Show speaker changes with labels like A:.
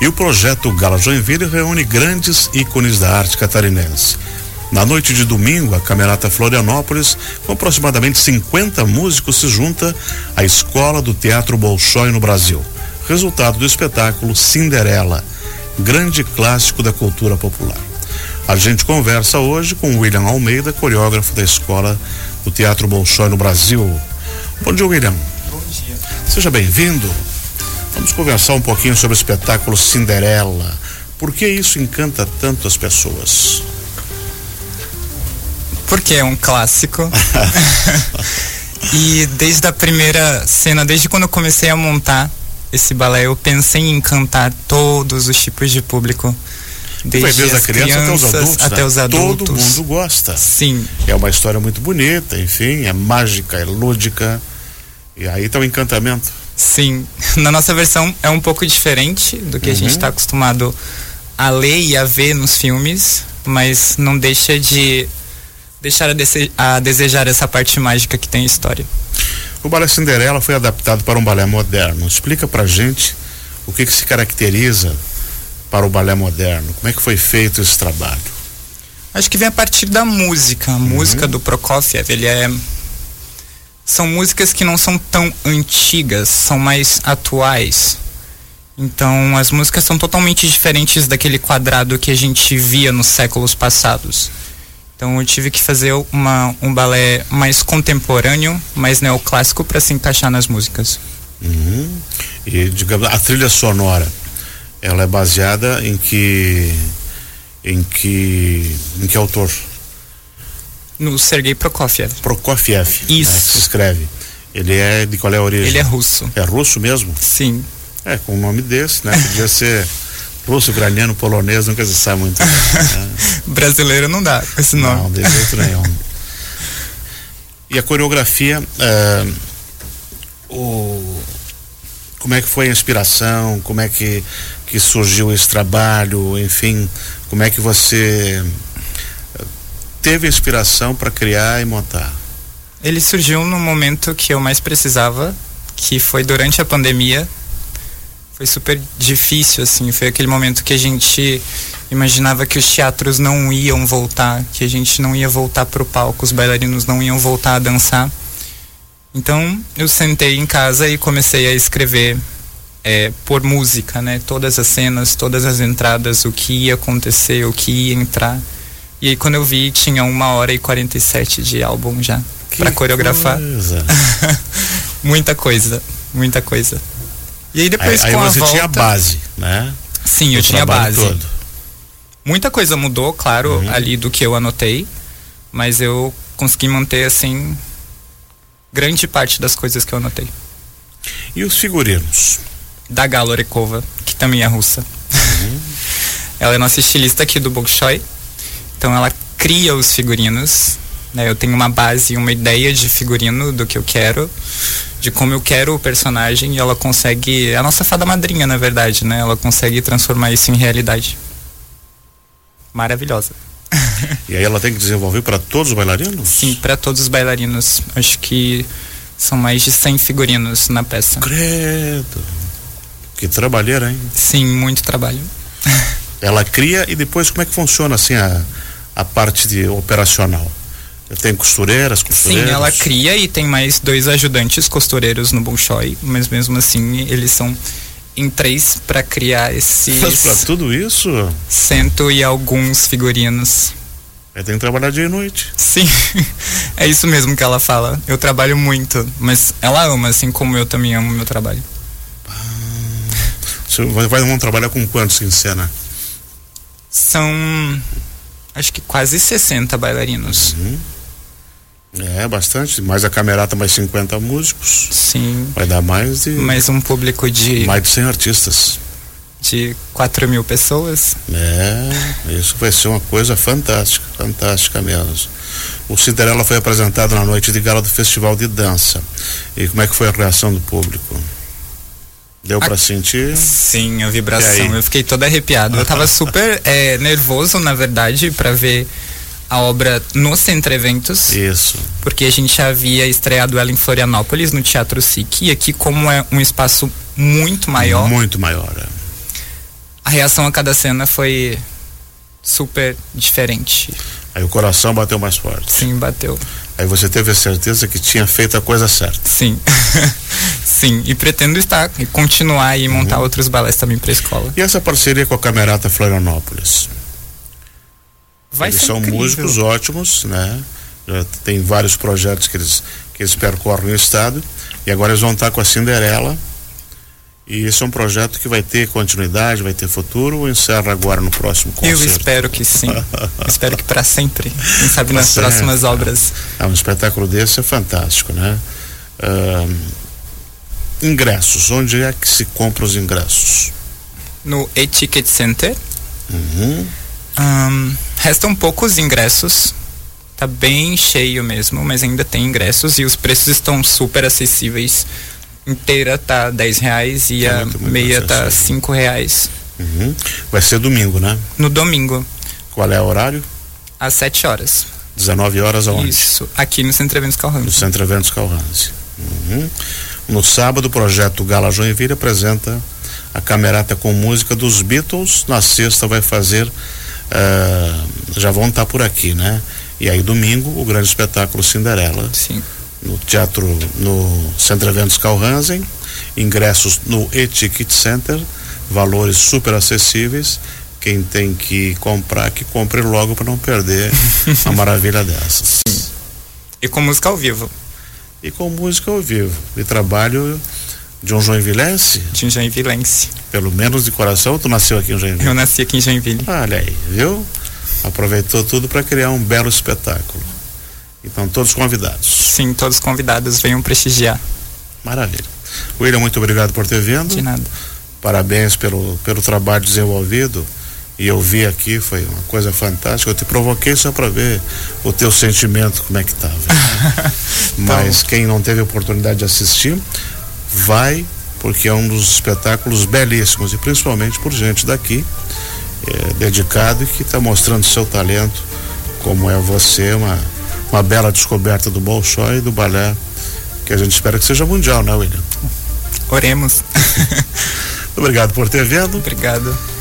A: E o projeto Gala Joinville reúne grandes ícones da arte catarinense. Na noite de domingo, a Camerata Florianópolis, com aproximadamente 50 músicos, se junta à Escola do Teatro Bolshoi no Brasil. Resultado do espetáculo Cinderela, grande clássico da cultura popular. A gente conversa hoje com William Almeida, coreógrafo da Escola do Teatro Bolshoi no Brasil. Bom dia, William.
B: Bom dia.
A: Seja bem-vindo. Vamos conversar um pouquinho sobre o espetáculo Cinderela. Por que isso encanta tanto as pessoas?
B: Porque é um clássico. e desde a primeira cena, desde quando eu comecei a montar esse balé, eu pensei em encantar todos os tipos de público.
A: Tu vai desde a criança até os adultos.
B: até
A: né?
B: os adultos.
A: Todo mundo gosta.
B: Sim,
A: É uma história muito bonita, enfim, é mágica, é lúdica. E aí tá o encantamento.
B: sim. Na nossa versão é um pouco diferente do que a
A: Uhum.
B: gente está acostumado a ler e a ver nos filmes, mas não deixa de deixar a, dese- a desejar essa parte mágica que tem a história.
A: O balé Cinderela foi adaptado para um balé moderno. Explica pra gente o que, que se caracteriza para o balé moderno. Como é que foi feito esse trabalho?
B: Acho que vem a partir da música. A música do Prokofiev, ele é. São músicas que não são tão antigas, são mais atuais. Então as músicas são totalmente diferentes daquele quadrado que a gente via nos séculos passados. Então eu tive que fazer uma, um balé mais contemporâneo, mais neoclássico para se encaixar nas músicas.
A: Uhum. E digamos, a trilha sonora, ela é baseada em que em que em que autor?
B: No Sergei Prokofiev.
A: Prokofiev. né, que
B: Isso.
A: se escreve. Ele é de qual é a origem?
B: Ele é russo.
A: É russo mesmo?
B: Sim.
A: É, com o nome desse, né? Podia ser russo, ucraniano, polonês, nunca se sabe muito. bem, né?
B: Brasileiro não dá com esse nome.
A: Não, de jeito nenhum. E a coreografia, eh, o, como é que foi a inspiração, como é que, que surgiu esse trabalho, enfim, como é que você eh, teve inspiração para criar e montar?
B: Ele surgiu no momento que eu mais precisava, que foi durante a pandemia. Foi super difícil, assim. Foi aquele momento que a gente imaginava que os teatros não iam voltar, que a gente não ia voltar pro palco, os bailarinos não iam voltar a dançar. Então eu sentei em casa e comecei a escrever eh, por música, né? Todas as cenas, todas as entradas, o que ia acontecer, o que ia entrar. E aí quando eu vi, tinha uma hora e 47 de álbum já para coreografar.
A: coisa.
B: Muita coisa, muita coisa. E aí
A: Aí,
B: depois
A: aí
B: com a
A: você
B: volta,
A: tinha a base, né?
B: sim, eu
A: do
B: tinha a
A: trabalho
B: base.
A: todo.
B: Muita coisa mudou, claro,
A: Uhum.
B: ali do que eu anotei, mas eu consegui manter assim grande parte das coisas que eu anotei.
A: E os figurinos?
B: Da Galo Rekova, que também é russa. ela é nossa estilista aqui do Bolshoi. Então ela cria os figurinos. né? Eu tenho uma base, uma ideia de figurino do que eu quero, de como eu quero o personagem e ela consegue, é a nossa fada madrinha, na verdade, né? Ela consegue transformar isso em realidade. Maravilhosa.
A: E aí ela tem que desenvolver para todos os bailarinos?
B: Sim, para todos os bailarinos. Acho que são mais de 100 figurinos na peça.
A: Credo. Que trabalheira, hein?
B: Sim, muito trabalho.
A: Ela cria e depois como é que funciona assim a, a parte de operacional? Tem costureiras,
B: Sim,
A: costureiras?
B: ela cria e tem mais dois ajudantes costureiros no Bolshoi, mas mesmo assim eles são em três para criar
A: Mas para
B: esses
A: tudo isso,
B: cento e alguns figurinos.
A: ela É, tem que trabalhar dia e noite.
B: Sim, é isso mesmo que ela fala. Eu trabalho muito, mas ela ama, assim como eu também amo meu trabalho.
A: Você vai, vai- vão trabalhar com quantos em cena?
B: São acho que quase 60 bailarinos.
A: Uhum. É, bastante. Mais a camerata, mais 50 músicos.
B: Sim,
A: Vai dar mais de
B: mas um público de,
A: mais de 100 artistas.
B: de 4 mil pessoas.
A: É, isso vai ser uma coisa fantástica, fantástica mesmo. O Cinderela foi apresentado na noite de gala do Festival de Dança. E como é que foi a reação do público? Deu pra sentir?
B: Sim, a
A: E aí?
B: vibração. Eu fiquei todo arrepiado. Eu tava super eh, nervoso, na verdade, pra ver a obra no Centro Eventos,
A: Isso.
B: porque a gente já havia estreado ela em Florianópolis, no Teatro SIC, e aqui, como é um espaço muito maior,
A: Muito maior. é.
B: a reação a cada cena foi super diferente.
A: Aí o coração bateu mais forte.
B: Sim, bateu.
A: Aí você teve a certeza que tinha feito a coisa certa.
B: Sim. Sim, e pretendo estar e continuar e
A: Uhum.
B: montar outros balés também para escola.
A: E essa parceria com a Camerata Florianópolis?
B: Vai
A: eles
B: ser
A: são
B: incrível.
A: músicos ótimos, né? Já tem vários projetos que eles, que eles percorrem o estado. E agora eles vão estar com a Cinderela. E esse é um projeto que vai ter continuidade, vai ter futuro ou encerra agora no próximo
B: Eu
A: concerto?
B: espero que sim. espero que para sempre. Quem sabe
A: Pra
B: nas
A: sempre.
B: próximas obras.
A: Ah, um espetáculo desse é fantástico, né? Ah, ingressos, onde é que se compra os ingressos?
B: No E-Ticket Center.
A: Uhum.
B: Ahn, restam poucos ingressos. Tá bem cheio mesmo, mas ainda tem ingressos e os preços estão super acessíveis. Inteira tá 10 reais e
A: É
B: a
A: muito, muito
B: meia tá
A: acessível.
B: 5 reais.
A: Uhum. Vai ser domingo, né?
B: No domingo,
A: Qual é o horário?
B: às 7 horas.
A: 19 horas aonde?
B: Isso, aqui no Centro Eventos Calhoun.
A: No Centro Eventos Calhanse. Uhum. No sábado, o projeto Gala Joinville apresenta a camerata com música dos Beatles. Na sexta vai fazer. ah, já vão estar por aqui, né? E aí domingo, o grande espetáculo Cinderela.
B: Sim.
A: no teatro no Centro Eventos Calhansen, ingressos no Etiquette Center, valores super acessíveis. Quem tem que comprar, que compre logo para não perder a maravilha dessas.
B: E com música ao vivo,
A: E com música ao vivo. E trabalho de um joinvilense,
B: de Joinvilense.
A: pelo menos de coração, tu nasceu aqui em Joinville. Ah,
B: Eu nasci aqui em Joinville.
A: Olha aí, viu? Aproveitou tudo para criar um belo espetáculo. Então, todos convidados.
B: Sim, todos convidados venham prestigiar.
A: Maravilha. William, muito obrigado por ter vindo.
B: De nada.
A: parabéns pelo, pelo trabalho desenvolvido e eu vi aqui, foi uma coisa fantástica. Eu te provoquei só para ver o teu sentimento, como é que estava. Mas quem não teve oportunidade de assistir, vai, porque é um dos espetáculos belíssimos e principalmente por gente daqui, eh, dedicado e que está mostrando seu talento, como é você, uma, uma bela descoberta do Bolshoi e do balé, que a gente espera que seja mundial, né, William?
B: Oremos.
A: Obrigado por ter vindo.
B: Obrigado.